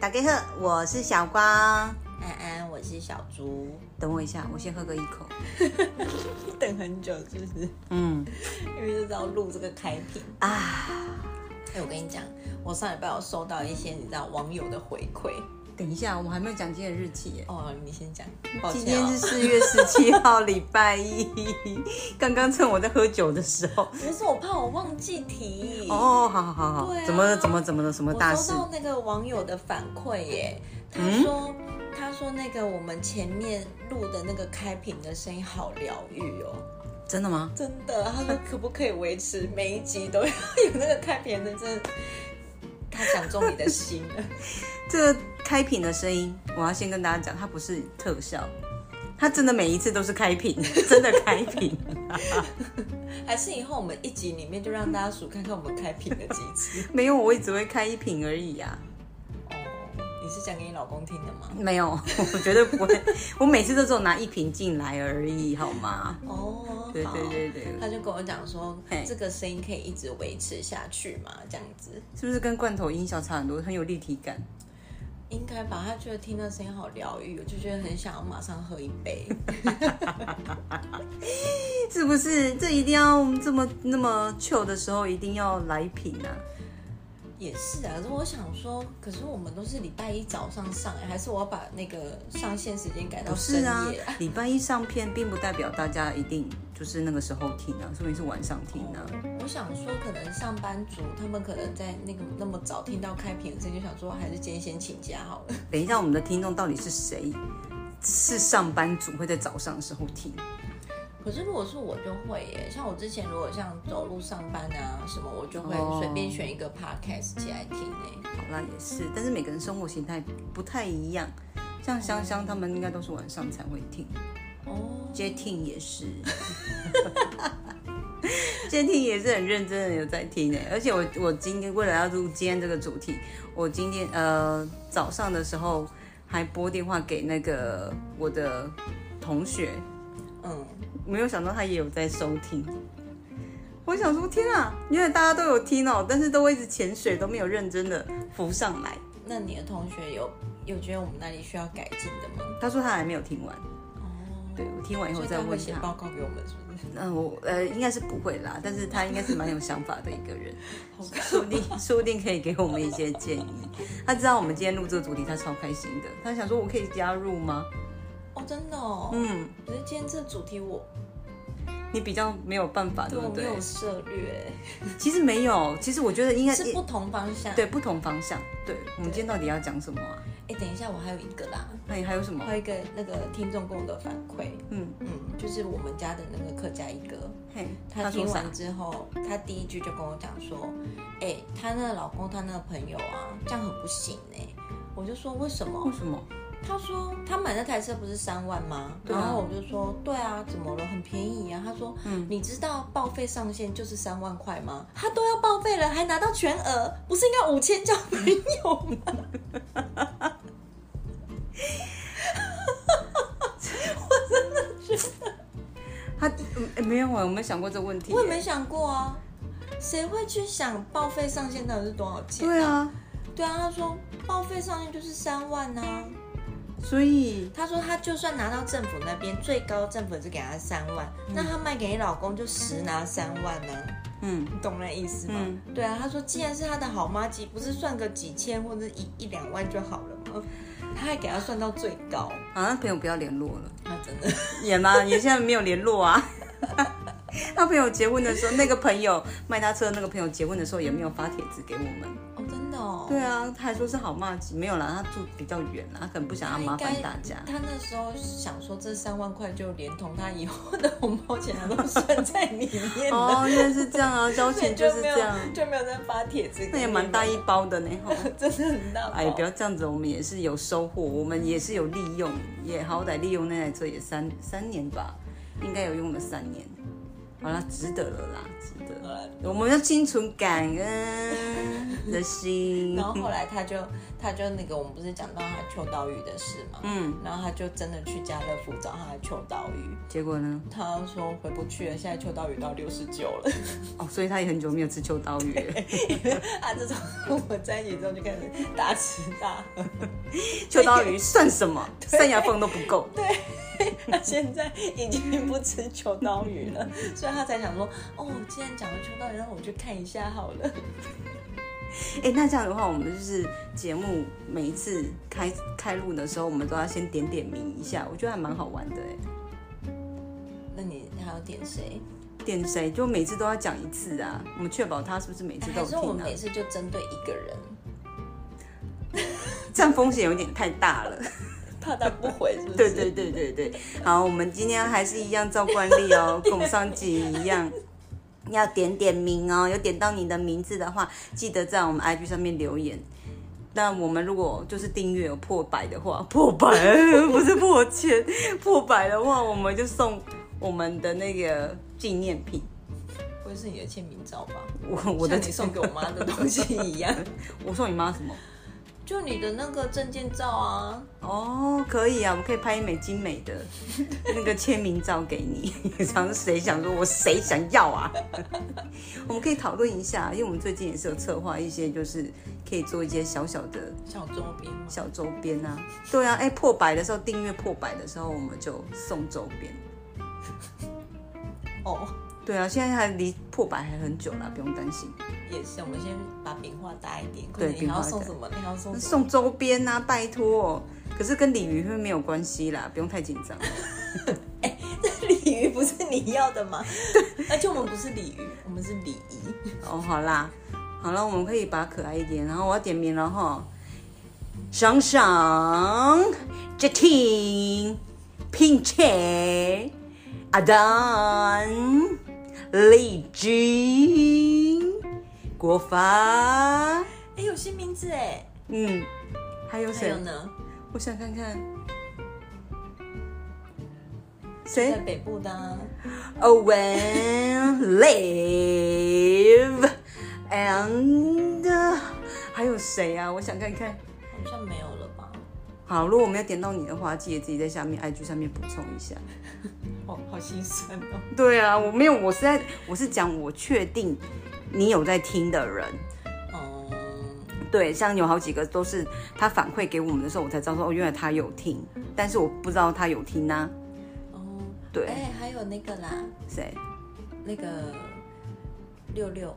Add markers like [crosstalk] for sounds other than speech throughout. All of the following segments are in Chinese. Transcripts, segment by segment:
大家好，我是小光。安安，我是小猪。等我一下，我先喝个一口。等很久是不是？嗯因为就知道录这个开屏。啊，哎、我跟你讲，我上礼拜有收到一些你知道网友的回馈。等一下，我们还没有讲今天的日期耶。哦，你先讲，抱今歉、天啊。是四月十七号，礼拜一。 [laughs] 刚刚趁我在喝酒的时候。不是我怕我忘记提。哦，好好好好，对啊怎么了？怎么怎么了？什么大我事收？到那个网友的反馈耶，他说、他说那个我们前面录的那个开屏的声音好疗愈哦，真的吗？真的。啊他说可不可以维持每一集都要有那个开屏的，真的，他讲中你的心了。这个开屏的声音，我要先跟大家讲，它不是特效，它真的每一次都是开屏， [laughs] 真的开屏。还是以后我们一集里面就让大家数看看我们开屏了几 [laughs] 次。没有，我也只会开一瓶而已啊。哦，你是讲给你老公听的吗？没有， [laughs] 我绝对不 [laughs] 会。我每次都只有拿一瓶进来而已，好吗？哦，对好对对对他就跟我讲说嘿，这个声音可以一直维持下去嘛，这样子是不是跟罐头音效差很多，很有立体感？应该吧？他觉得听到声音好疗愈，我就觉得很想要马上喝一 [laughs] 杯。是不是？这一定要这么那么 chill 的时候，一定要来一瓶啊？也是啊，可是我想说，可是我们都是礼拜一早上上、还是我要把那个上线时间改到不深是啊夜？，礼拜一上片，并不代表大家一定就是那个时候听啊，说明是晚上听啊。我想说，可能上班族他们可能在那个那么早听到开屏的声音，就想说还是今天先请假好了。等一下，我们的听众到底是谁？是上班族会在早上的时候听？可是如果是我就会耶，像我之前如果像走路上班啊什么，我就会哦随便选一个 podcast 起来听诶。好啦，也是，但是每个人生活形态不太一样。像香香他们应该都是晚上才会听。哦，接听也是， [laughs] 接听也是很认真的有在听诶，而且我我今天为了要录今天这个主题，我今天呃早上的时候还拨电话给那个我的同学，嗯，没有想到他也有在收听。我想说，天啊，原来大家都有听哦，但是都会一直潜水，都没有认真的浮上来。那你的同学有有觉得我们哪里需要改进的吗？他说他还没有听完，哦，对哎我听完以后所以再他会问写他。报告给我们是不是？嗯、我呃应该是不会啦，但是他应该是蛮有想法的一个人。好搞说不定说不定可以给我们一些建议。他知道我们今天录这个主题，他超开心的。他想说，我可以加入吗？哦，真的哦。嗯，可是今天这主题我你比较没有办法，对对不我哦没对？有涉略，其实没有，其实我觉得应该是不同方向。对不同方向。对，我们今天到底要讲什么啊？哎，等一下，我还有一个啦，那你还有什么？还有一个那个听众给我的反馈，嗯，嗯，就是我们家的那个客家一哥，嘿，她说听啥完？之后，她第一句就跟我讲说：“哎、她那个老公，她那个朋友啊，这样很不行哎、我就说：“为什么为什么？？”她说：“她买那台车不是三万吗？”对啊然后我就说：“对啊，怎么了？很便宜啊。”她说：“嗯你知道报废上限就是三万块吗？她都要报废了，还拿到全额，不是应该五千交朋友吗？”他、嗯诶没有啊，我没想过这个 [laughs] 问题耶。我也没想过啊，谁会去想报废上限到底是多少钱？对啊，对啊，她说报废上限就是三万啊。所以他说他就算拿到政府那边最高，政府只给他三万，那他卖给你老公就实拿三万呢、嗯，你懂那意思吗？嗯对啊，他说既然是他的好妈鸡，不是算个几千或者一一两万就好了吗？他还给他算到最高，好像朋友不要联络了。那真的也吗？也现在没有联络啊。 [laughs] 他朋友结婚的时候，那个朋友卖他车的那个朋友结婚的时候也没有发帖子给我们。 [laughs] 哦，真的哦。对啊，他还说是好骂鸡，没有啦，他住比较远啦，他可能不想要他啊麻应该烦大家。他那时候想说，这三万块就连同他以后的红包钱，他都算在里面了， [laughs] 哦，原来是这样啊，交所以钱就是没有这 [laughs] 样，就没有再发帖子。那也蛮大一，包的呢。哦吼真的很大包。哎，不要这样子，我们也是有收获，我们也是有利用，也好歹利用那台车也三三年吧，应该有用了三年。好啦，值得了啦，值得了。呃我们要心存感恩的心 [laughs] 然。后后来嗯他就他就那个我们不是讲到他秋刀鱼的事嘛，嗯，然后他就真的去家乐福找他的秋刀鱼，结果呢？他说回不去了，现在秋刀鱼到六十九了。 [laughs] 哦，所以他也很久没有吃秋刀鱼 [laughs] 了。啊，这种我在一起之后就开始大吃大喝，秋刀鱼算什 [laughs] 么？塞牙缝都不 [laughs] 够。他现在已经不吃秋刀鱼了， [laughs] 所以他才想说，哦，既然讲到秋刀鱼，让我去看一下好了。哎、那这样的话，我们就是节目每一次开开录的时候，我们都要先点点名一下，我觉得还蛮好玩的哎。那你还要点谁？点谁？就每次都要讲一次啊，我们确保他是不是每次都哎还有是我听们啊每？次就针对一个人，这样风险有点太大 [laughs] 了。怕他不回，是不是？对对对对对，好，我们今天还是一样照惯例 [laughs] 哦，跟我们上集一样。要点点名哦，有点到你的名字的话，记得在我们 IG 上面留言。那我们如果就是订阅有破百的话， [laughs] 破百不是破千， [laughs] 破百的话，我们就送我们的那个纪念品。会是你的签名照吧？我我的像你送给我妈的东西一样， [laughs] 我送你妈什么？就你的那个证件照啊，哦，可以啊，我们可以拍一枚精美的那个签名照给你。 [laughs] 想谁想说我谁想要啊？ [laughs] 我们可以讨论一下，因为我们最近也是有策划一些，就是可以做一些小小的小周边嘛。小周边啊。对啊，哎、破百的时候订阅破百的时候，我们就送周边。哦，对啊，现在还离破百还很久啦，不用担心。也是，我们先把饼画嗯大一点，快对点你还要饼画送大什么？你还要送什么？ [laughs] 送周边啊，拜托。可是跟鲤鱼会没有关系啦，不用太紧张。鲤鱼不是你要的吗？而且我们不是鲤鱼，我们是礼仪。哦，好啦，好了，我们可以把它可爱一点。然后我要点名了哈，爽爽、Jatin、品切、阿丹、丽君、国发，哎，有新名字哎，嗯，还有还谁有？呢？我想看看，在谁？北部的、啊， Owen Live and 还有谁啊？我想看看。好像没有了吧？好，如果我没有点到你的话，记得自己在下面 IG 上面补充一下。哦，好心酸哦。对啊，我没有，我是在我是讲我确定你有在听的人。嗯，对，像有好几个都是他反馈给我们的时候，我才知道说哦，原来他有听，但是我不知道他有听啊。哦，对哎，还有那个啦，谁？那个六六，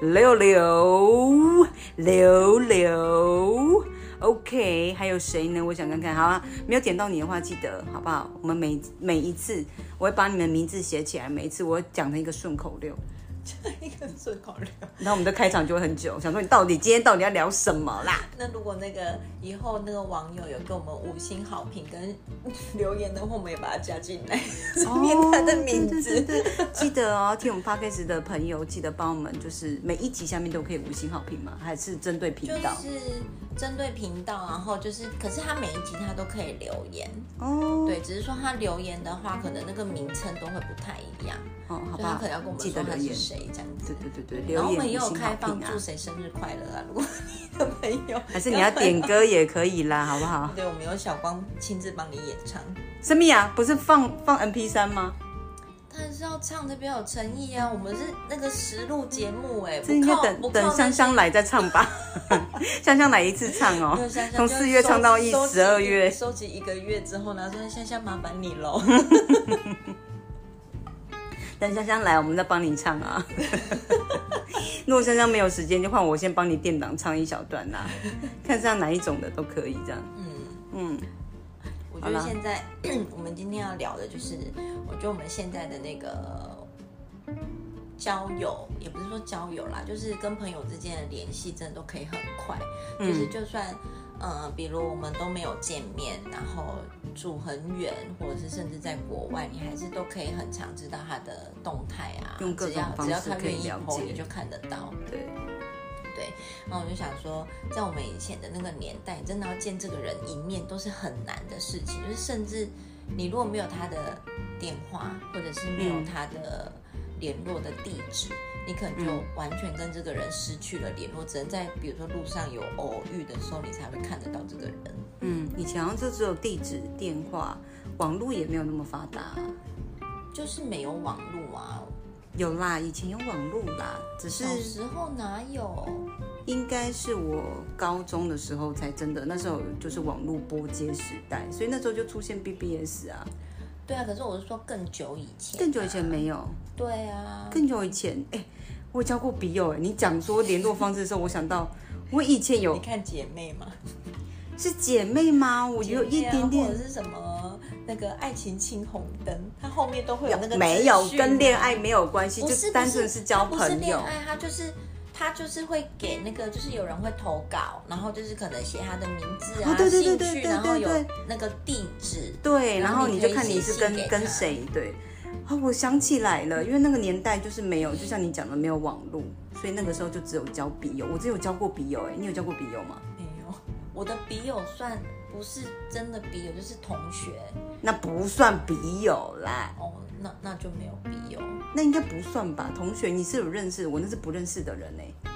六六六六，OK，还有谁呢？我想看看，好啊，没有点到你的话，记得好不好？我们每每一次，我会把你们名字写起来，每一次我会讲成一个顺口溜，这 [laughs] 一个顺口溜。然后我们的开场就会很久，想说你到底今天到底要聊什么 [laughs] 啦？那如果那个以后那个网友有给我们五星好评跟留言的话，我们也把它加进来，顺便他的名字。哦对对对对记得哦，听我们 podcast 的朋友，记得帮我们，就是每一集下面都可以五星好评吗？还是针对频就道？是针对频道，然后就是，可是他每一集他都可以留言，哦，对，只是说他留言的话，可能那个名称都会不太一样，哦，好所以吧他可，能要跟我们记得说留他是言。谁这样子对。对对对，然后留言我们也五有星好啊开放评啊祝！谁生日快乐啊！如果 [laughs] 你的朋友还是你要点歌也可以啦，好不好？ [laughs] 对，我们有小光亲自帮你演唱，生米啊，不是放放 MP 三吗？但是要唱的比较有诚意啊！我们是那个实录节目哎、这不应该靠不等靠等那香香来再唱吧。香香来一次唱哦没有香，香从就四月唱到收一收集十二月。嗯收集一个月之后呢，说香香麻烦你喽。等香香来，我们再帮你唱 [laughs] 啊。如果香香没有时间，就换我先帮你垫档唱一小段啦，看上哪一种的都可以这样。嗯，嗯，我好觉啦得现在 [clears throat] 我们今天要聊的就是，我觉得我们现在的那个交友，也不是说交友啦，就是跟朋友之间的联系，真的都可以很快。嗯就是就算呃，比如我们都没有见面，然后住很远，或者是甚至在国外，你还是都可以很常知道他的动态啊。用各只种要方只要式他可以愿意了 po，解你就看得到。对，对，然后我就想说，在我们以前的那个年代，真的要见这个人一面都是很难的事情，就是甚至你如果没有他的电话，或者是没有嗯他的、联络的地址，你可能就完全跟这个人失去了联络，只能在比如说路上有偶遇的时候，你才会看得到这个人。嗯，以前好像就只有地址、电话，网络也没有那么发达、就是没有网络啊，有啦，以前有网络啦，只是小时候哪有？应该是我高中的时候才真的，那时候就是网络拨接时代，所以那时候就出现 BBS 啊。对啊，可是我是说更久以前、啊更久以前。没有，对啊，更久以前，哎、我交过笔友哎。你讲说联络方式的时候，我想到我以前有你看姐妹嘛，是姐妹吗？我有一姐妹啊点或者点是什么那个爱情青红灯，它后面都会有那个没有资讯跟恋爱没有关系，啊不就是单纯是交不是朋恋友。爱，他就是他就是会给那个，就是有人会投稿，然后就是可能写他的名字啊、哦对对对兴对对趣，对然后有对那个地址。对，然然后后你你可就以看写你是信跟给跟他谁对。啊、我想起来了，因为那个年代就是没有，就像你讲的没有网络，所以那个时候就只有交笔友。我只有交过笔友，哎，你有交过笔友吗？没有，我的笔友算不是真的笔友，就是同学那不算笔友啦，哦，那那就没有笔友那应该不算吧？同学，你是有认识的，我那是不认识的人哎、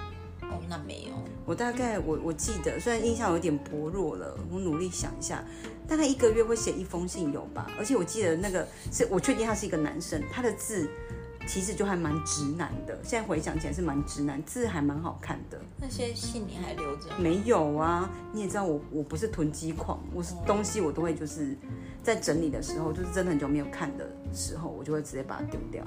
哦，那没有。我大概我我记得，虽然印象有点薄弱了，我努力想一下，大概一个月会写一封信有吧？而且我记得那个是我确定他是一个男生，他的字其实就还蛮直男的，现在回想起来是蛮直男，字还蛮好看的。那些信你还留着吗？没有啊，你也知道我我不是囤积狂，我是东西我都会就是在整理的时候，就是真的很久没有看的时候，我就会直接把它丢掉。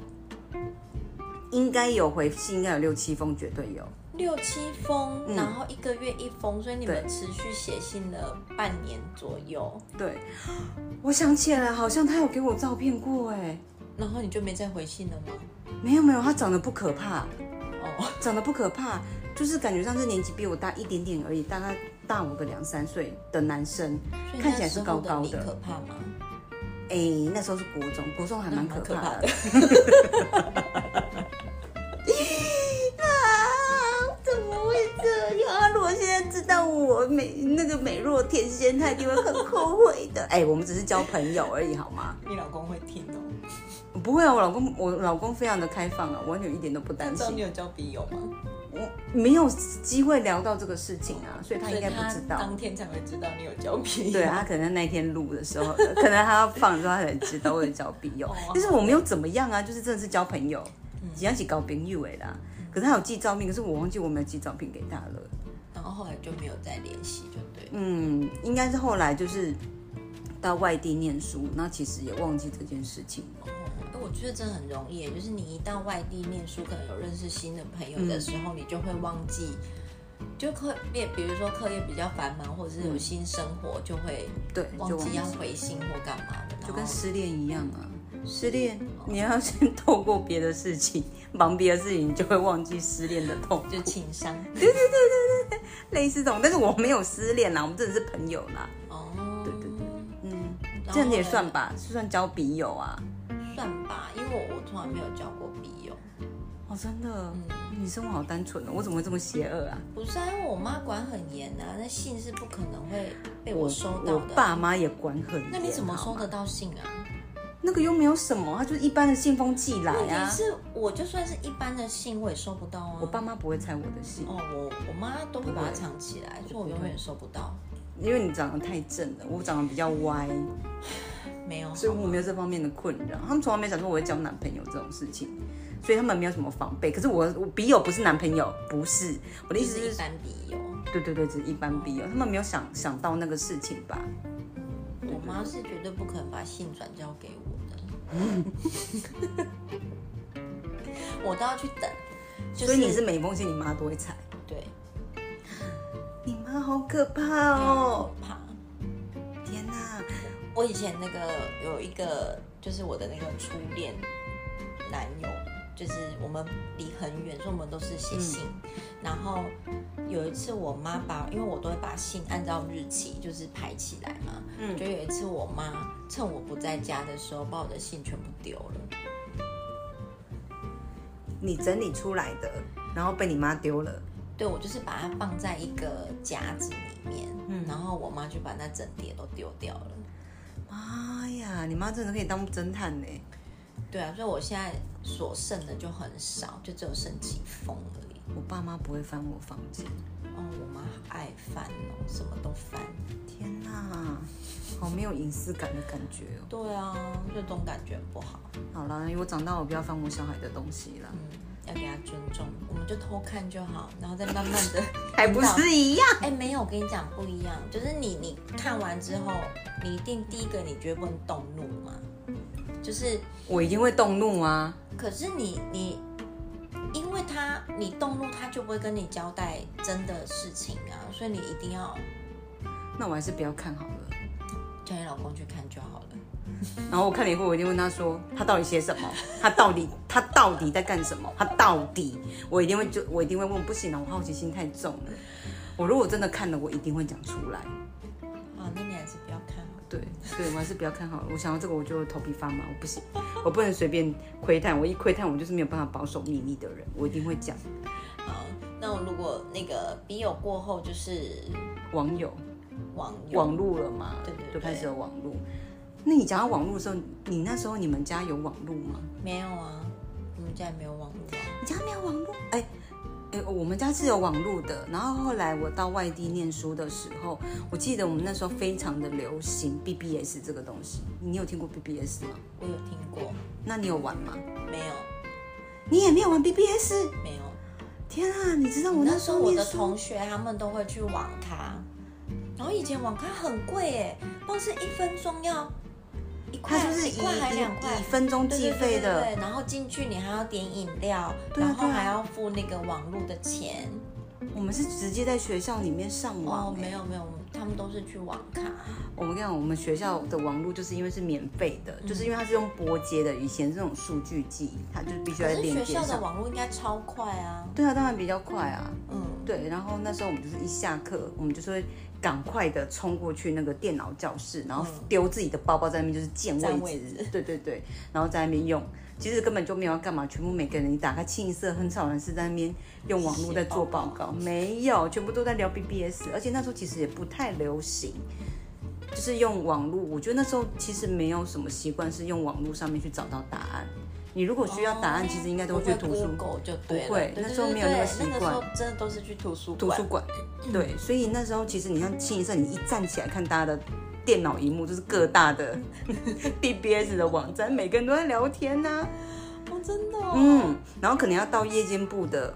应该有回信，应该有六七封，绝对有。六七封，嗯然后一个月一封，所以你们对持续写信了半年左右，对，我想起来了，好像他有给我照片过，哎，然后你就没再回信了吗？没有没有，他长得不可怕， [laughs] 哦，长得不可怕，就是感觉上是年纪比我大一点点而已，大概大我个两三岁的男生。所以看起来那时是候高高你的可怕吗？哎、那时候是国中，国中还蛮可怕的。 [laughs] 啊！怎么会这样？啊如果现在知道我美那个美若天仙，他一定会很后悔的。哎、我们只是交朋友而已，好吗？你老公会听哦。不会啊，我老公，我老公非常的开放啊，完全一点都不担那时候你心。有交笔友吗？我没有机会聊到这个事情啊，所以他应该不知所以他道当。天才会知道你有交笔友。对，啊他可能那天录的时候，呃可能他要放的时候，他才知道我有交笔友哦。但是我没有怎么样啊，就是真的是交朋友，几样起搞朋友哎啦。可是他有寄照片，可是我忘记我没有寄照片给他了。然后后来就没有再联系，就对。嗯，应该是后来就是到外地念书，那其实也忘记这件事情了。哎我觉得这很容易，就是你一到外地念书，可能有认识新的朋友的时嗯候，你就会忘记，就课业，比如说课业比较繁忙，或者嗯是有新生活，就会对，就忘忘记记要回信或干嘛的，就就跟失恋一样啊。失恋，你要先透过别的事情，忙别的事情，你就会忘记失恋的痛苦。就情商。类似这种，但是我没有失恋啦，我们真的是朋友啦。哦，对对对，嗯，然后这样子也算吧，是算交笔友啊。算吧，因为我我从来没有交过笔友。哦，真的，嗯你生活好单纯哦，我怎么会这么邪恶啊？不是啊，因为我妈管很严啊，那信是不可能会被我我收到我的。爸妈也管很严。那你怎么好收得吗？到信啊？那个又没有什么，他就是一般的信封寄来问题啊。是，我就算是一般的信，我也收不到啊。我爸妈不会拆我的信，哦，我我妈都会把它藏起来，所以我永远收不到。因为你长得太正了，我长得比较歪，没有，所以我没有这方面的困扰。他们从来没想说我会交男朋友这种事情，所以他们没有什么防备。可是我我笔友不是男朋友，不是我的意就思是是一般笔友。对对对，只是一般笔友，他们没有想想到那个事情吧？我妈是绝对不可能把信转交给我的， [laughs] 我都要去等。就所以你是每封信你妈都会拆，对你妈好可怕哦哦！，怕。天哪，我以前那个有一个，就是我的那个初恋男友，就是我们离很远，所以我们都是写信。嗯然后有一次我妈把，因为我都会把信按照日期就是排起来嘛，嗯就有一次我妈趁我不在家的时候，把我的信全部丢了。你整理出来的，然后被你妈丢了，对，我就是把它放在一个夹子里面，然后我妈就把那整叠都丢掉了。妈呀，你妈真的可以当侦探呢！对啊，所以我现在所剩的就很少，就只有剩几封而已。我爸妈不会翻我房间。哦，我妈好爱翻哦，什么都翻。天哪，好没有隐私感的感觉哦。对啊，这种感觉很不好。好啦，我长大我不要翻我小孩的东西啦，嗯，要给她尊重，我们就偷看就好，然后再慢慢的。还不是一样？哎、没有，我跟你讲不一样，就是你你看完之后，你一定第一个你绝对不能动怒嘛，就是，我一定会动怒啊！可是你你，因为他你动怒，他就不会跟你交代真的事情啊，所以你一定要那我还是不要看好了。叫你老公去看就好了。然后我看了以后，我一定问他说，他到底写什么？他到底 [laughs] 他到底在干什么？他到底？我一定会就我一定会问，不行了，啊我好奇心太重了。我如果真的看了，我一定会讲出来。啊，那你还是不要看哦好了。对，对我还是不要看好了。我想到这个，我就头皮发麻，我不行，我不能随便窥探。我一窥探，我就是没有办法保守秘密的人，我一定会讲。好，那我如果那个笔友过后就是网友，网友，网路了嘛，对对对就开始有网路。那你讲到网路的时候，你那时候你们家有网路吗？没有啊，我们家也没有网络啊。你家没有网路？哎、哎、我们家是有网路的。然后后来我到外地念书的时候，我记得我们那时候非常的流行 BBS 这个东西。你有听过 BBS 吗？我有听过，那你有玩吗？没有你也没有玩 BBS？没有。天啊！你知道我那那时时候候我念的书同学他们都会去网咖，然后以前网咖很贵耶，不知道是一分钟要一块，它就是以一块还以两块以。分钟对计对费对对的，对，然后进去你还要点饮料，对啊然后对啊还要付那个网络的钱。我们是直接在学校里面上网、哦，欸没有没有，他们都是去网咖。我们跟你讲，我们学校的网络就是因为是免费的，就是因为它是用拨接的，以前这种数据机，它就必须可在是链学接校的上。网络应该超快啊。对啊，当然比较快啊。嗯，对，然后那时候我们就是一下课，我们就是会赶快的冲过去那个电脑教室，然后丢自己的包包在那边，就是见位嗯占置，位置对对对，然后在那边用，其实根本就没有要干嘛，全部每个人你打开清一色，很少人是在那边用网络在做报告，没有，全部都在聊 BBS，而且那时候其实也不太流行。就是用网络，我觉得那时候其实没有什么习惯是用网络上面去找到答案。你如果需要答哦案，其实应该都会去图书馆就对了。不会对对那时候没有那个习对惯那个时候真的都是去图书图馆嗯书。馆。对，所以那时候其实你像清一色，你一站起来看大家的电脑荧幕，就是各大 [laughs] 的 BBS 的网站，每个人都在聊天呐、哦，真的、哦。嗯，然后可能要到夜间部的。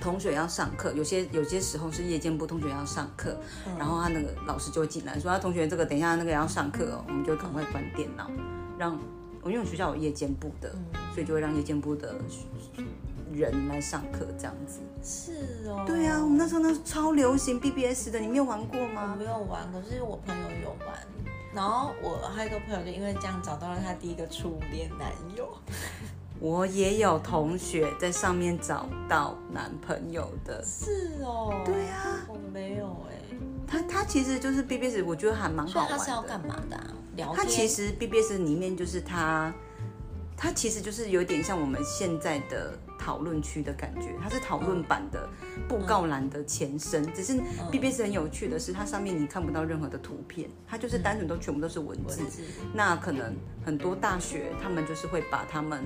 同学要上课，有些有些时候是夜间部同学要上课，嗯然后他那个老师就会进来说：“啊，同学，这个等一下那个也要上课嗯哦。”我们就会赶快关电脑，让我因为我们学校有夜间部的，嗯所以就会让夜间部的人来上课这样子。是哦。对啊，我们那时候那超流行 BBS 的，你没有玩过我吗？没有玩，可是我朋友有玩。然后我还有一个朋友就因为这样找到了他第一个初恋男友，我也有同学在上面找到男朋友的。是哦，对啊，我没有哎、他他其实就是 BBS，我觉得还蛮所好以他是要玩的。干嘛的、啊？聊天？他其实 BBS 里面就是他，他其实就是有点像我们现在的讨论区的感觉，它是讨论版的布告栏的前身。只是 BBS 很有趣的是，它上面你看不到任何的图片，它就是单纯都全部都是文字文。字那可能很多大学他们就是会把他们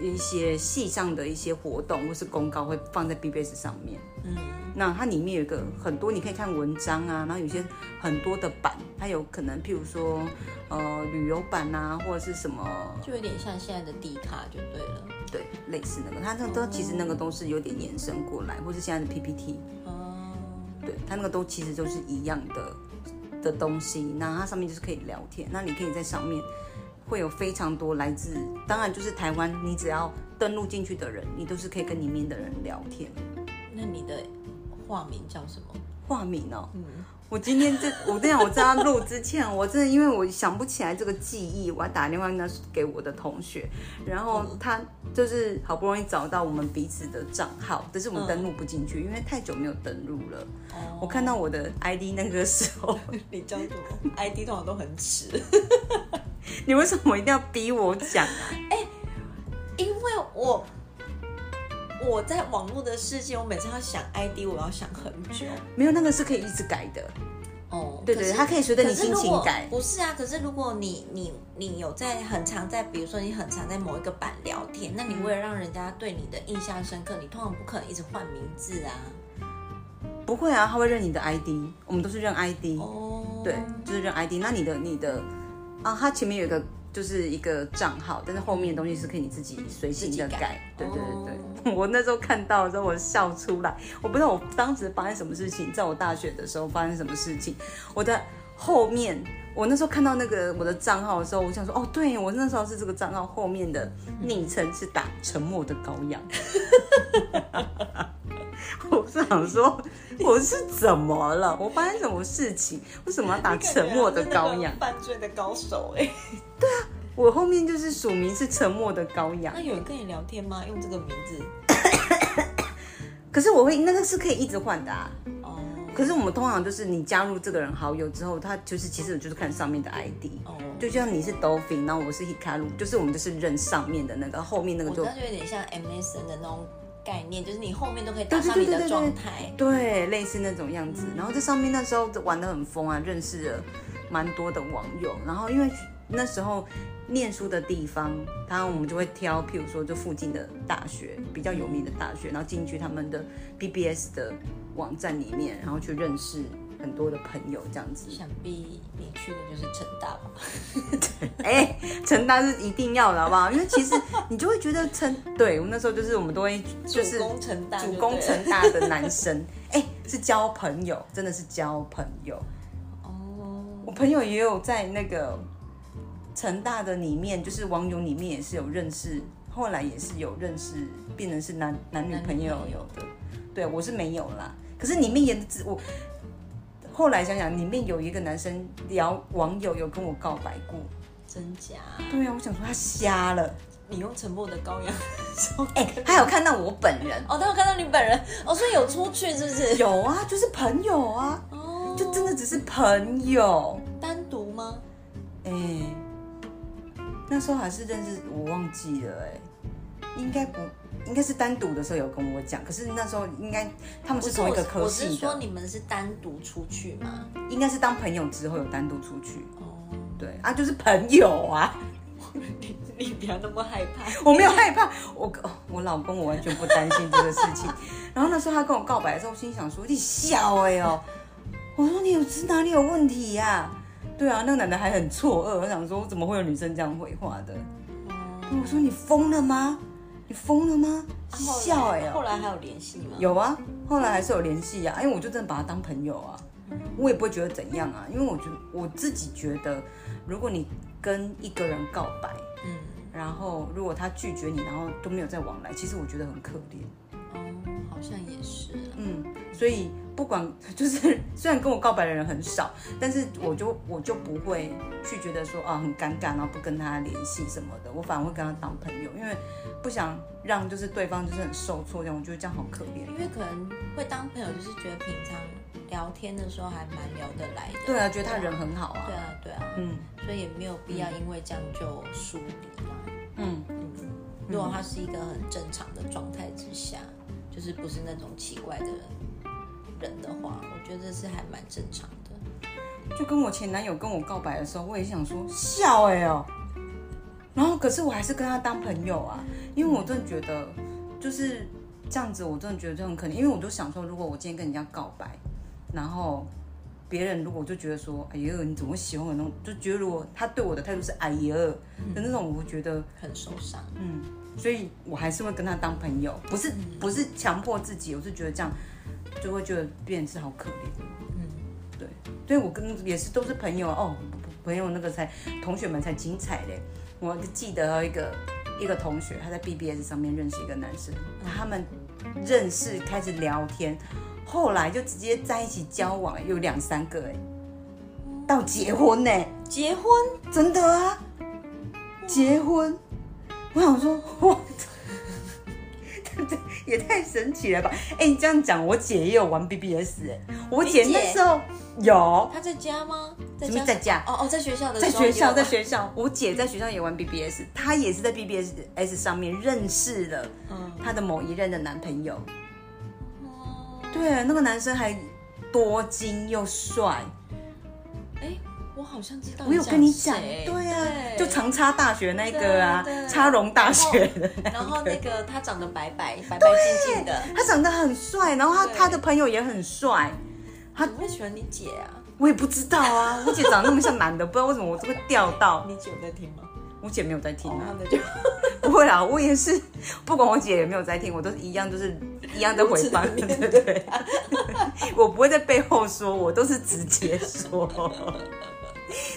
一些系上的一些活动或是公告会放在 BBS 上面。嗯，那它里面有一个很多，你可以看文章啊，然后有些很多的版，它有可能譬如说呃旅游版啊，或者是什么就有点像现在的 D 卡就对了。对类似那个，它那都其实那个都是有点延伸过来，或是现在的 PPT，哦、对，它那个都其实都是一样的的东西。那它上面就是可以聊天，那你可以在上面会有非常多来自，当然就是台湾，你只要登录进去的人，你都是可以跟里面的人聊天。那你的化名叫什么？化名哦，嗯，我今天这，我跟你讲，我在他录之前，我真的因为我想不起来这个记忆，我还打电话那给我的同学，然后他就是好不容易找到我们彼此的账号，但是我们登录不进去，因为太久没有登录了。嗯哦 [laughs] 我看到我的 ID 那个时候， [laughs] 你叫什么？ID 通常都很迟。你为什么一定要逼我讲啊？因为我我在网络的世界，我每次要想 ID，我要想很久。没有，那个是可以一直改的。哦，对对可是它可以随着你心情改可是如果不是啊，可是如果你你你有在很常在，比如说你很常在某一个版聊天，那嗯你为了让人家对你的印象深刻，你通常不可能一直换名字啊。不会啊，他会认你的 ID，我们都是认 ID，、哦，对，就是认 ID。那你的你的啊，它前面有一个就是一个账号，但是后面的东西是可以你自己随性的自己改。改哦对对对对， [laughs] 我那时候看到的时候我笑出来，我不知道我当时发生什么事情，在我大学的时候发生什么事情，我的后面。我那时候看到那个我的账号的时候，我想说，哦，对我那时候是这个账号后面的昵称是打“沉默的羔羊”， [laughs] 我是想说我是怎么了？我发生什么事情？为什么要打“沉默的羔羊犯罪的高手哎、”？我后面就是署名是“沉默的羔羊那有人跟你聊天吗？用这个名字？”，可是我会那个是可以一直换的、啊。哦可是我们通常就是你加入这个人好友之后，他就是其实我就是看上面的 ID，哦，就像你是 Dolphin，然后我是 Hikaru，就是我们就是认上面的那个，后面那个我就觉得有点像 MSN 的那种概念，就是你后面都可以对打对上对你对的对状态。对类似那种样子。然后在上面那时候玩的很疯啊，认识了蛮多的网友。然后因为那时候念书的地方，当然我们就会挑，譬如说就附近的大学比较有名的大学，然后进去他们嗯的 BBS 的网站里面，然后去认识很多的朋友这样子。想必你去的就是成大吧？哎、成大是一定要的，好不好？因为其实你就会觉得成，对我们那时候就是我们都会就是主攻成大就主对了，攻成大的男生，哎、是交朋友，真的是交朋友。哦，我朋友也有在那个成大的里面，就是网友里面也是有认识，后来也是有认识，变成是男男女朋友男女朋有友的。对我是没有啦，可是里面也只我后来想想，里面有一个男生聊网友有跟我告白过。真假？对啊，我想说他瞎了。你用沉默的羔羊说，哎、他有看到我本人， [laughs] 哦，他有看到你本人，哦，所以有出去是不是？有啊，就是朋友啊，哦，就真的只是朋友。单独吗？哎、那时候还是认识，我忘记了、哎，应该不，应该是单独的时候有跟我讲，可是那时候应该他们是同一个科我是我系是说的，你们是单独出去吗？应该是当朋友之后有单独出去。哦，对啊，就是朋友啊，你你不要那么害怕。我没有害怕，我哦我老公我完全不担心这个事情。然后那时候他跟我告白的时候，我心里想说你笑哎、哦，我说你有是哪里有问题呀、对啊，那个男的还很错愕，我想说怎么会有女生这样回话的？哦，哎我说你疯了吗？你疯了吗？笑哎、后哦，来还有联系吗？有啊，后来还是有联系啊，因为我就真的把他当朋友啊，我也不会觉得怎样啊，因为我觉我自己觉得，如果你跟一个人告白，嗯，然后如果他拒绝你，然后都没有再往来，其实我觉得很可怜。哦，好像也是啊。嗯，所以不管 [laughs] 就是虽然跟我告白的人很少，但是我就我就不会去觉得说啊很尴尬，然后不跟他联系什么的，我反而会跟他当朋友，因为不想让就是对方就是很受挫这样，我觉得这样好可怜。因为可能会当朋友，就是觉得平常聊天的时候还蛮聊得来的。对啊，觉得他人很好啊对。啊，对啊，嗯所以也没有必要因为这样就疏离嘛。嗯，如果他是一个很正常的状态之下，就是不是那种奇怪的人的话，我觉得这是还蛮正常的。就跟我前男友跟我告白的时候，我也想说笑哎、哦，然后可是我还是跟他当朋友啊，因为我真的觉得就是这样子，我真的觉得就很可怜，因为我就想说，如果我今天跟人家告白，然后别人如果就觉得说，哎呦，你怎么会喜欢我那种，就觉得如果他对我的态度是哎呦的那种，我觉得很受伤，嗯，所以我还是会跟他当朋友，不是不是强迫自己，我是觉得这样就会觉得别人是好可怜。嗯，对我跟也是都是朋友啊哦，朋友那个才同学们才精彩嘞。我记得有一个一个同学，他在 BBS 上面认识一个男生，他们认识开始聊天，后来就直接在一起交往，有两三个哎，到结婚呢，结婚真的啊，结婚。我想说，哇， [laughs] 这也太神奇了吧！哎，你这样讲，我姐也有玩 BBS 哎，我你姐姐那时候有。他在家吗？在什么家？在家哦哦，在学校的时在候学校，也有啊在学校，我姐在学校也玩 BBS，她也是在 BBS 上面认识了嗯，她的某一任的男朋友。哦哦对，那个男生还多金又帅，哎、我好像知道，我有跟你讲，对对啊，就 [laughs] 长差大学那个啊对，对差荣大学的啊那个然后那个他长得白 [laughs] 白白白净净的，他长得很帅，然后他对他的朋友也很帅，他怎么会喜欢你姐啊？我也不知道啊，我姐长得那么像男的，不知道为什么我就会钓到。你姐有在听吗？我姐没有在听啊，那就不会啦，我也是，不管我姐有没有在听，我都是一样，就是一样的回放，如对此地对 [laughs] 对，我不会在背后说，我都是直接说。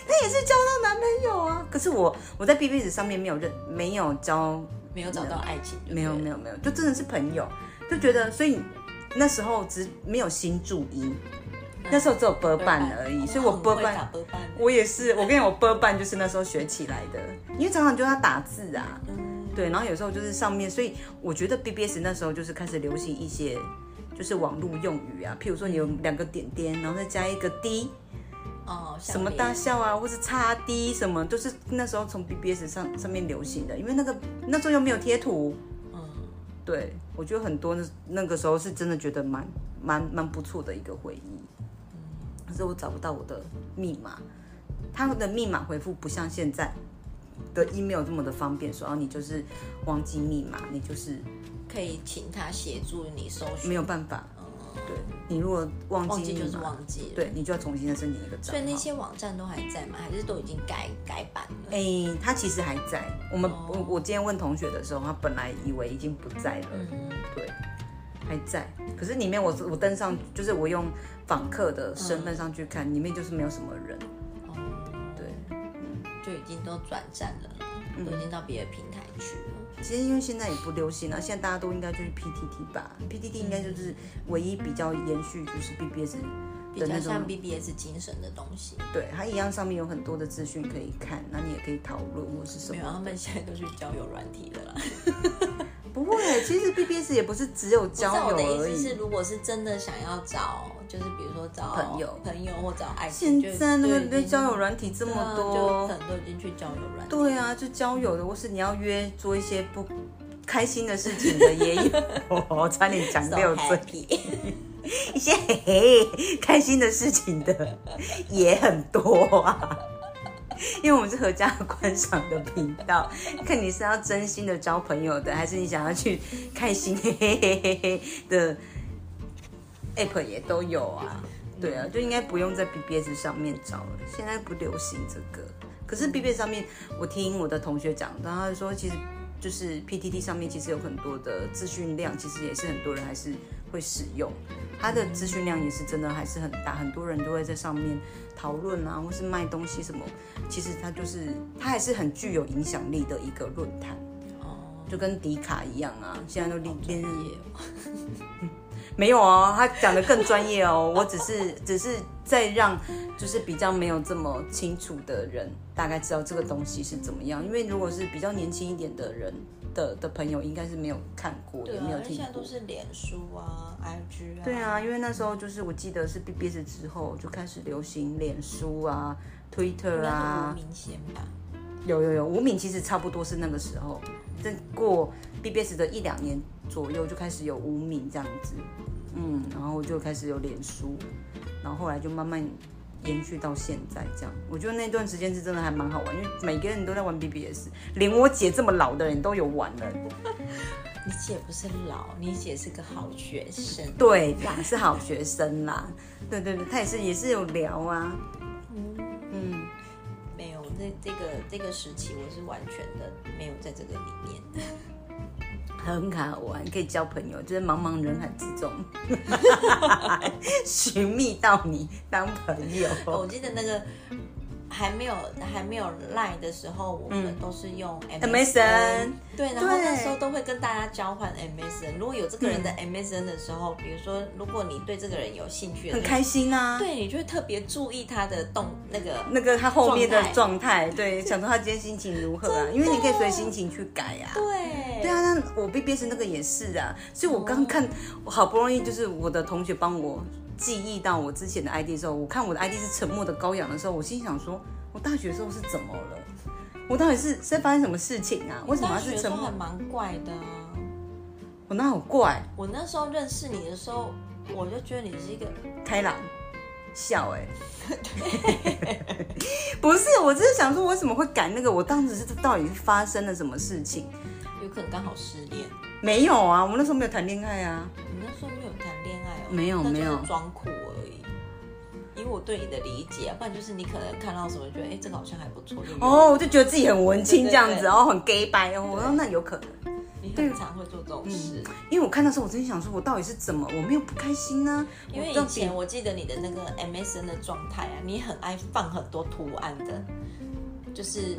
那也是交到男朋友啊，可是我我在 B B 纸上面没有认没有交没有找到爱情就对了，没有没有没有，就真的是朋友，就觉得所以那时候只没有新注意，嗯那时候只有波伴而已，哦所以我很波会打伴波伴欸我也是，我跟你讲，我波伴就是那时候学起来的，因为常常就要打字啊，嗯对，然后有时候就是上面，所以我觉得 BBS 那时候就是开始流行一些就是网络用语啊，譬如说你有两个点点，然后再加一个 D 哦，什么大笑啊，或是叉 D 什么，都、是那时候从 BBS 上上面流行的，因为那个那时候又没有贴图，嗯，对，我觉得很多那那个时候是真的觉得蛮蛮蛮不错的一个回忆。可是我找不到我的密码，他的密码回复不像现在的 email 这么的方便，说哦你就是忘记密码，你就是可以请他协助你搜寻，没有办法。嗯，对你如果忘忘记记密就是码，忘记了，对你就要重新再申请一个账所以那号。些网站都还在吗？还是都已经改改版了？哎、他其实还在。我们、哦我我今天问同学的时候，他本来以为已经不在了，嗯，对，还在。可是里面我我登上，就是我用访客的嗯身份上去看，里面就是没有什么人。哦，对，就已经都转战了，嗯都已经到别的平台去了。其实因为现在也不流行了，现在大家都应该就是 PTT 吧，PTT 嗯应该就是唯一比较延续就是 BBS 比的较那像种。 BBS 精神的东西，对，它一样上面有很多的资讯可以看，那你也可以讨论或是什没有，啊他么。们现在都去交友软 [laughs] 体的啦。不会，其实 BBS 也不是只有交我的友而意思是，已。如果是真的想要找，就是比如说找朋友朋友或找爱情，现在那就个就已那经交友软体这对么啊多就，很多已经去交友软体。对啊，就交友的，或是你要约做一些不开心的事情的也 [laughs] 有。我哦差点讲 So 六岁， [laughs] happy，一些嘿嘿开心的事情的也很多啊。因为我们是合家观赏的频道，看你是要真心的交朋友的，还是你想要去开心嘿嘿嘿嘿嘿的 app 也都有啊。对啊，就应该不用在 BBS 上面找了，现在不流行这个。可是 BBS 上面，我听我的同学讲，然后他就说其实就是 PTT 上面其实有很多的资讯量，其实也是很多人还是会使用，它的资讯量也是真的还是很大，很多人都会在上面讨论啊，或是卖东西什么。其实它就是它还是很具有影响力的一个论坛，哦，就跟迪卡一样啊，现在都连连也没有哦，他讲的更专业哦，我只是 [laughs] 只是在让就是比较没有这么清楚的人大概知道这个东西是怎么样，因为如果是比较年轻一点的人的的朋友，应该是没有看过，对也啊，没有因为听现在过都。是脸书啊、IG 啊，对啊，因为那时候就是我记得是 BBS 之后就开始流行脸书啊、Twitter 那啊是无，名先吧。有有有，吴敏其实差不多是那个时候，再过 BBS 的一两年左右就开始有吴敏这样子，嗯，然后就开始有脸书，然后后来就慢慢延续到现在这样。我觉得那段时间是真的还蛮好玩，因为每个人都在玩 BBS，连我姐这么老的人都有玩了。你姐不是老，你姐是个好学生。对啦，是好学生啦，对对对，她也是也是有聊啊，嗯，没有，那这个这个时期我是完全的没有在这个里面。很好玩，可以交朋友，就是茫茫人海之中 [laughs] 寻觅到你当朋友。我记得那个还没有还没有赖的时候，我嗯们都是用 MSN 对，然后对那时候都会跟大家交换 MSN。如果有这个人的嗯 MSN 的时候，比如说如果你对这个人有兴趣的很那个，开心啊。对，你就会特别注意他的动那个那个他后面的状态，对，想说他今天心情如何啊？因为你可以随心情去改啊。对对啊，那我 BBS 那个也是啊，所以我刚看，我好不容易就是我的同学帮我记忆到我之前的 ID 的时候，我看我的 ID 是沉默的羔羊的时候，我心想说，我大学的时候是怎么了？我到底是是在发生什么事情啊？为什么大他学是的时沉候默还？蛮怪的啊。我那好怪，我那时候认识你的时候，我就觉得你是一个开朗、笑哎、 [laughs] 不是，我只是想说，我为什么会赶那个？我当时是到底是发生了什么事情？有可能刚好失恋。没有啊，我们那时候没有谈恋爱啊。你那时候没有谈恋爱哦？没有那就是没有装酷而已。以我对你的理解，不然就是你可能看到什么，觉得哎、这个好像还不错。就有哦，，我就觉得自己很文青对对这样子，对然后很 gay 白哦。我说那有可能，你很常会做这种事。因为我看到时候，我真想说，我到底是怎么，我没有不开心啊。因为我到以底前我记得你的那个 MSN 的状态啊，你很爱放很多图案的，就是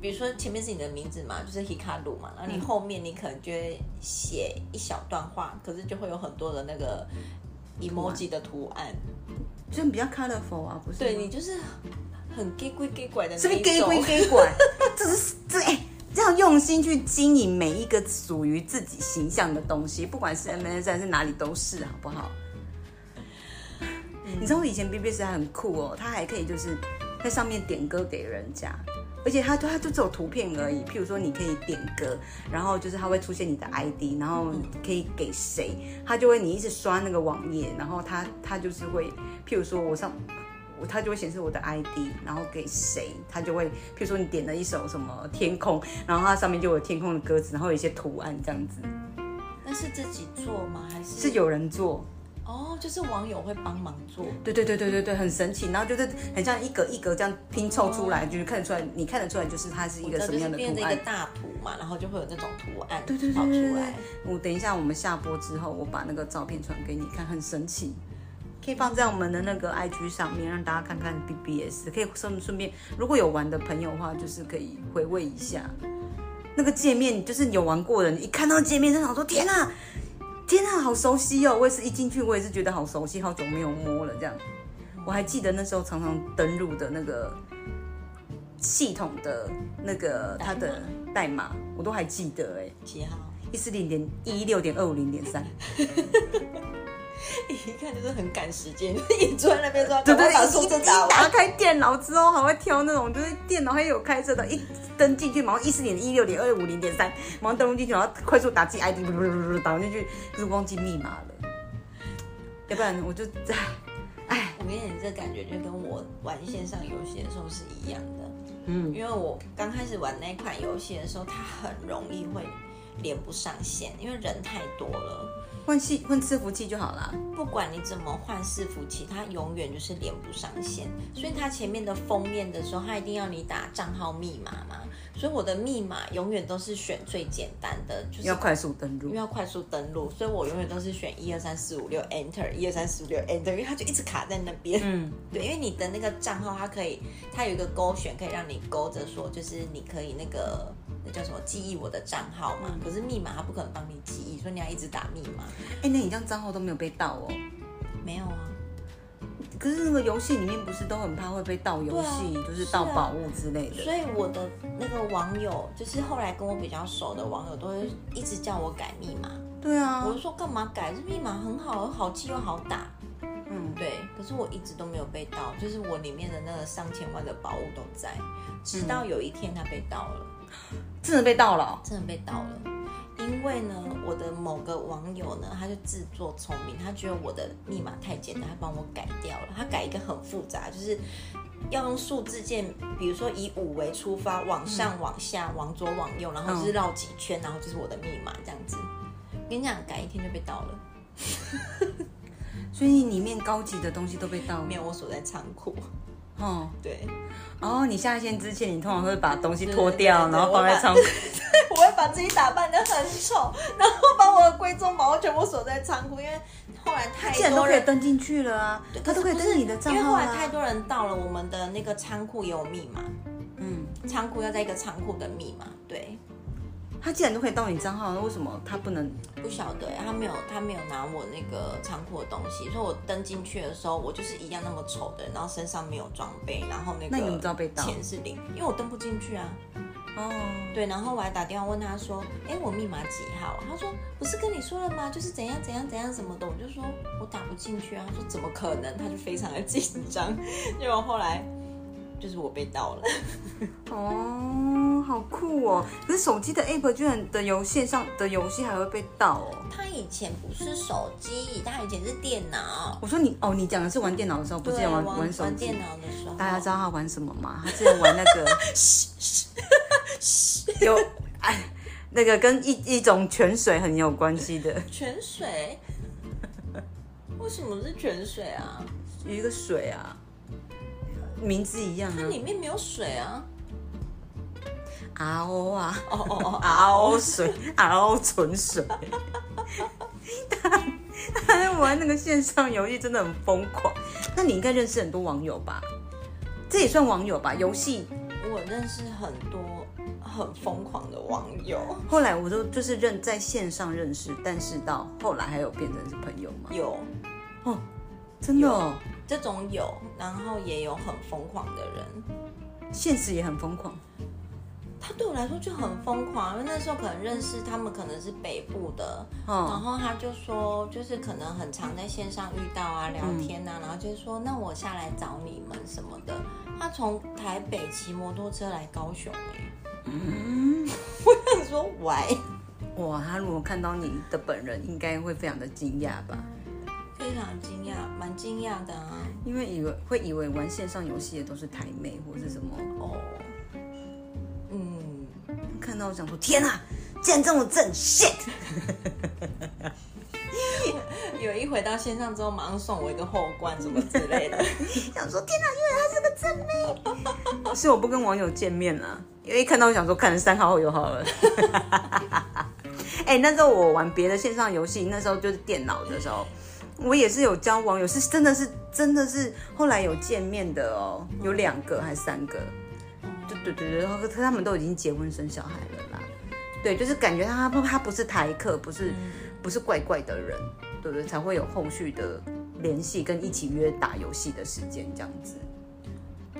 比如说前面是你的名字嘛，就是 Hikaru 嘛，然后你后面你可能就会写一小段话，可是就会有很多的那个 emoji 的图案，就比较 colorful 啊，不是吗？对你就是很 gay 鬼 gay 拐的这那边一 gay 归种。 gay 管， [laughs] 这是这哎、这样用心去经营每一个属于自己形象的东西，不管是 MSN 还是哪里都是，好不好？嗯你知道我以前 BBS 还很酷哦，它还可以就是在上面点歌给人家，而且它它就只有图片而已。譬如说你可以点歌，然后就是它会出现你的 ID，然后可以给谁，它就会你一直刷那个网页，然后它它就是会，譬如说我上我它就会显示我的 ID，然后给谁，它就会，譬如说你点了一首什么天空，然后它上面就有天空的歌词，然后有一些图案这样子，那是自己做吗？还是是有人做。哦，就是网友会帮忙做。对对对对对对，很神奇，然后就是很像一格一格这样拼凑出来，就是看得出来，你看得出来就是它是一个这什么就是样的变图成一个案。大图嘛，然后就会有那种图案对对对跑对出对来。我等一下我们下播之后，我把那个照片传给你看，很神奇，可以放在我们的那个 IG 上面，让大家看看 BBS，可以顺顺便如果有玩的朋友的话，就是可以回味一下那个界面，就是有玩过的人一看到界面就想说天啊，天啊，好熟悉哦！我也是一进去，我也是觉得好熟悉，好久没有摸了这样。我还记得那时候常常登录的那个系统的那个它的代码，我都还记得哎、几号？一四零点一六点二五零点三， [laughs] 一看就是很赶时间，一坐在那边说，啊对对赶快把对，数一字一打打完。开电脑之后，还会挑那种就是电脑还有开着的，一登进去，马上一四点一六点二五零点三，马上登录进去，然后快速打自己 ID，噗噗噗噗打进去，就是忘记密码了，要不然我就 [laughs] 在，哎，我跟你讲，你这感觉就跟我玩线上游戏的时候是一样的，嗯，因为我刚开始玩那款游戏的时候，它很容易会连不上线，因为人太多了。换系换伺服器就好啦。不管你怎么换伺服器，它永远就是连不上线，所以它前面的封面的时候，它一定要你打账号密码嘛。所以我的密码永远都是选最简单的，就是要快速登因录为，要快速登录，所以我永远都是选一二三四五六 Enter，一二三四五六 Enter，因为它就一直卡在那边。嗯，对，因为你的那个账号，它可以，它有一个勾选，可以让你勾着说，就是你可以那个那叫什么记忆我的账号嗯嘛。可是密码它不可能帮你记忆，所以你要一直打密码。哎、那你这样账号都没有被盗哦。没有啊，可是那个游戏里面不是都很怕会被盗游戏，对啊就是盗是啊宝物之类的。所以我的那个网友，就是后来跟我比较熟的网友，都会一直叫我改密码。对啊，我就说干嘛改？这密码很好，好记又好打。嗯，对，可是我一直都没有被盗，就是我里面的那个上千万的宝物都在，直到有一天它被盗了，真的被盗了哦、真的被盗了。因为呢，我的某个网友呢，他就自作聪明，他觉得我的密码太简单，他帮我改掉了。他改一个很复杂，就是要用数字键，比如说以五为出发，往嗯上、往下、往左、往右，然后就是绕几圈，然后就是我的密码这样子。我跟你讲，改一天就被盗了，所以里面高级的东西都被盗没了。有我锁在仓库。哦对， [laughs] 哦，你下线之前，你通常会把东西脱掉，对对对然后放在仓 [laughs] 库。我会把自己打扮得很丑，然后把我的龟鬃毛全部锁在仓库，因为后来太既然都多可以人。登进去了啊，他都可以不是登你的账因为号后来啊。太多人到了，我们的那个仓库也有密码，嗯，仓库要在一个仓库的密码，对，他既然都可以盗你账号，那为什么他不能？不晓得他没有他没有拿我那个仓库的东西，所以我登进去的时候，我就是一样那么丑的人，然后身上没有装备，然后那个那你怎么知道被盗钱是零，因为我登不进去啊，哦，对，然后我还打电话问他说：“哎，我密码几号啊？”他说：“不是跟你说了吗？就是怎样怎样怎样什么的。”我就说：“我打不进去啊。”他说：“怎么可能？”他就非常的紧张。结果后来就是我被盗了，哦，好好酷哦！可是手机的 app 居然的游戏上的游戏还会被盗哦。他以前不是手机，他以前是电脑。我说你哦，你讲的是玩电脑的时候，不是对，玩玩玩手机电。脑的时候，大家知道他玩什么吗？他之前玩那 [laughs] 个有哎，那个跟一一种泉水很有关系的，泉水， [laughs] 为什么是泉水啊？有一个水啊，名字一样它里面没有水啊！啊，啊哦啊。哦哦 [laughs] 哦，熬水，熬纯水。 [laughs] 他他在玩那个线上游戏真的很疯狂。那你应该认识很多网友吧？这也算网友嗯吧？游戏我认识很多很疯狂的网友，后来我都就是认在线上认识，但是到后来还有变成是朋友吗？有真的、哦，这种有，然后也有很疯狂的人。现实也很疯狂。他对我来说就很疯狂，因为那时候可能认识他们，可能是北部的，然哦，后他就说，就是可能很常在线上遇到啊，聊天啊，然后就说那我下来找你们什么的。他从台北骑摩托车来高雄、欸，嗯 [laughs] 我想说喂，哇，他如果看到你的本人，应该会非常的惊讶吧？非常惊讶，蛮惊讶的啊。因为以为会以为玩线上游戏的都是台妹或是什么，哦，嗯，看到我想说天啊，竟然这么正，shit！有一回到线上之后，马上送我一个后冠什么之类的。想说天哪，原来她是个真妹。所以我不跟网友见面了，因为一看到我想说看了三好友好了。哎、那时候我玩别的线上游戏，那时候就是电脑的时候，我也是有交网友，是真的是真的是后来有见面的哦，有两个还是三个？对对对对，然后他们都已经结婚生小孩了啦。对，就是感觉他不他不是台客，不是、不是怪怪的人，对不对？才会有后续的联系跟一起约打游戏的时间这样 [laughs] 子。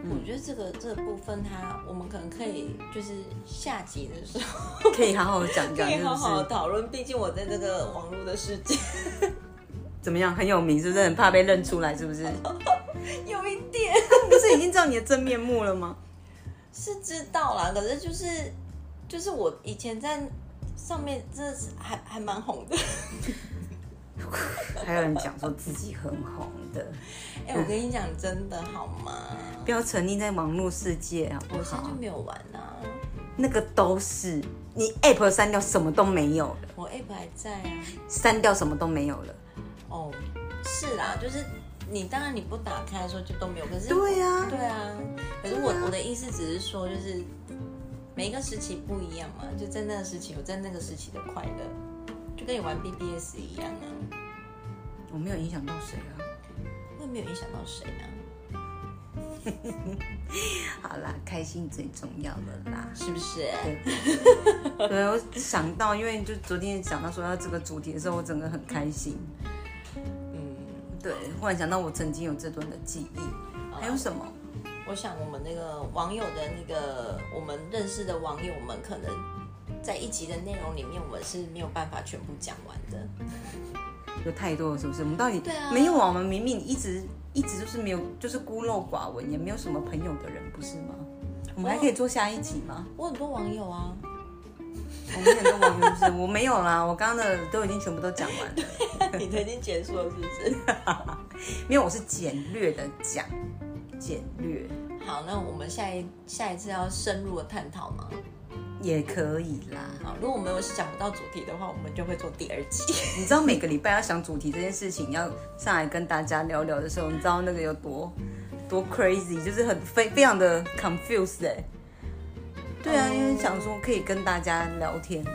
我觉得这个这个部分它，我们可能可以就是下集的时候可以好好讲可讲，以是好不好是？讨论。毕竟我在这个网络的世界怎么样，很有名，是不 [laughs] 是？很怕被认出来，是不是？有一点不是已经知道你的真面目了 [laughs] 吗？是知道啦，可是就是就是我以前在上面真的是还还蛮红的。 [laughs] 还有人讲说自己很红的，哎、我跟你讲，真的好吗？不要沉溺在网络世界，好不我现在就好？没有玩啊，那个都是你 app 删掉什么都没有了，我 app 还在啊。删掉什么都没有了。哦，是啦，就是你当然你不打开的时候就都没有，可是对啊对啊，可是我我的意思只是说，就是每一个时期不一样嘛，就在那个时期有在那个时期的快乐，就跟你玩 BBS 一样啊，我没有影响到谁啊？我也没有影响到谁啊，好啦，开心最重要了啦。是不是？ [laughs] 对，我想到，因为就昨天想到说要这个主题的时候，我整个很开心。嗯，对，忽然想到我曾经有这段的记忆，哦还有什么？我想我们那个网友的那个我们认识的网友们，可能在一集的内容里面，我们是没有办法全部讲完的。有太多了，是不是？我们到底对啊没有啊？我们明明一直一直就是没有，就是孤陋寡闻，也没有什么朋友的人，不是吗？我们还可以做下一集吗？我很多网友啊， [laughs] 哦我们很多网友不是，我没有啦，我刚刚的都已经全部都讲完 [laughs] 了，你都已经结束了，是不是？没有，我是简略的讲，简略好，那我们下一下一次要深入的探讨吗？也可以啦。好，如果我们有想不到主题的话，我们就会做第二集。你知道每个礼拜要想主题这件事情，要上来跟大家聊聊的时候，你知道那个有多多 crazy，就是很非非常的 confused 哎、对啊，因为想说可以跟大家聊天。 [laughs]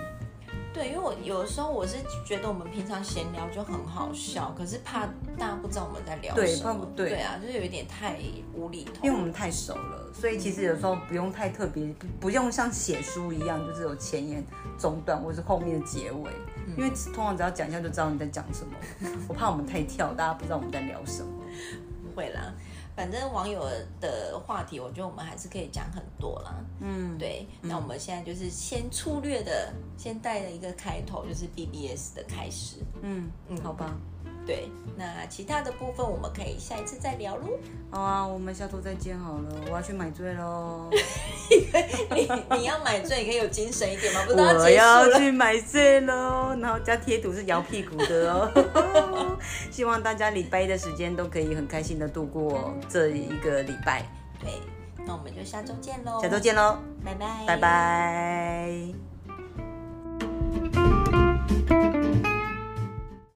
对，因为我有时候我是觉得我们平常闲聊就很好笑，可是怕大家不知道我们在聊对什怕不。么对啊，就是有一点太无厘头。因为我们太熟了，所以其实有时候不用太特别，不不用像写书一样，就是有前言、中段或是后面的结尾，因为通常只要讲一下就知道你在讲什么。 [laughs] 我怕我们太跳，大家不知道我们在聊什么。不会啦，反正网友的话题，我觉得我们还是可以讲很多啦。嗯，对。那我们现在就是先粗略的，先带了一个开头，就是 BBS 的开始。嗯，嗯好吧，对，那其他的部分我们可以下一次再聊喽。好啊，我们下周再见好了，我要去买醉喽， [laughs] 你你要买醉，你可以有精神一点吗？不是都我结束要了？去买醉喽，然后加贴图是摇屁股的 [laughs] 哦。希望大家礼拜一的时间都可以很开心的度过这一个礼拜，对，那我们就下周见喽，哎下周，见喽，拜拜，拜。拜。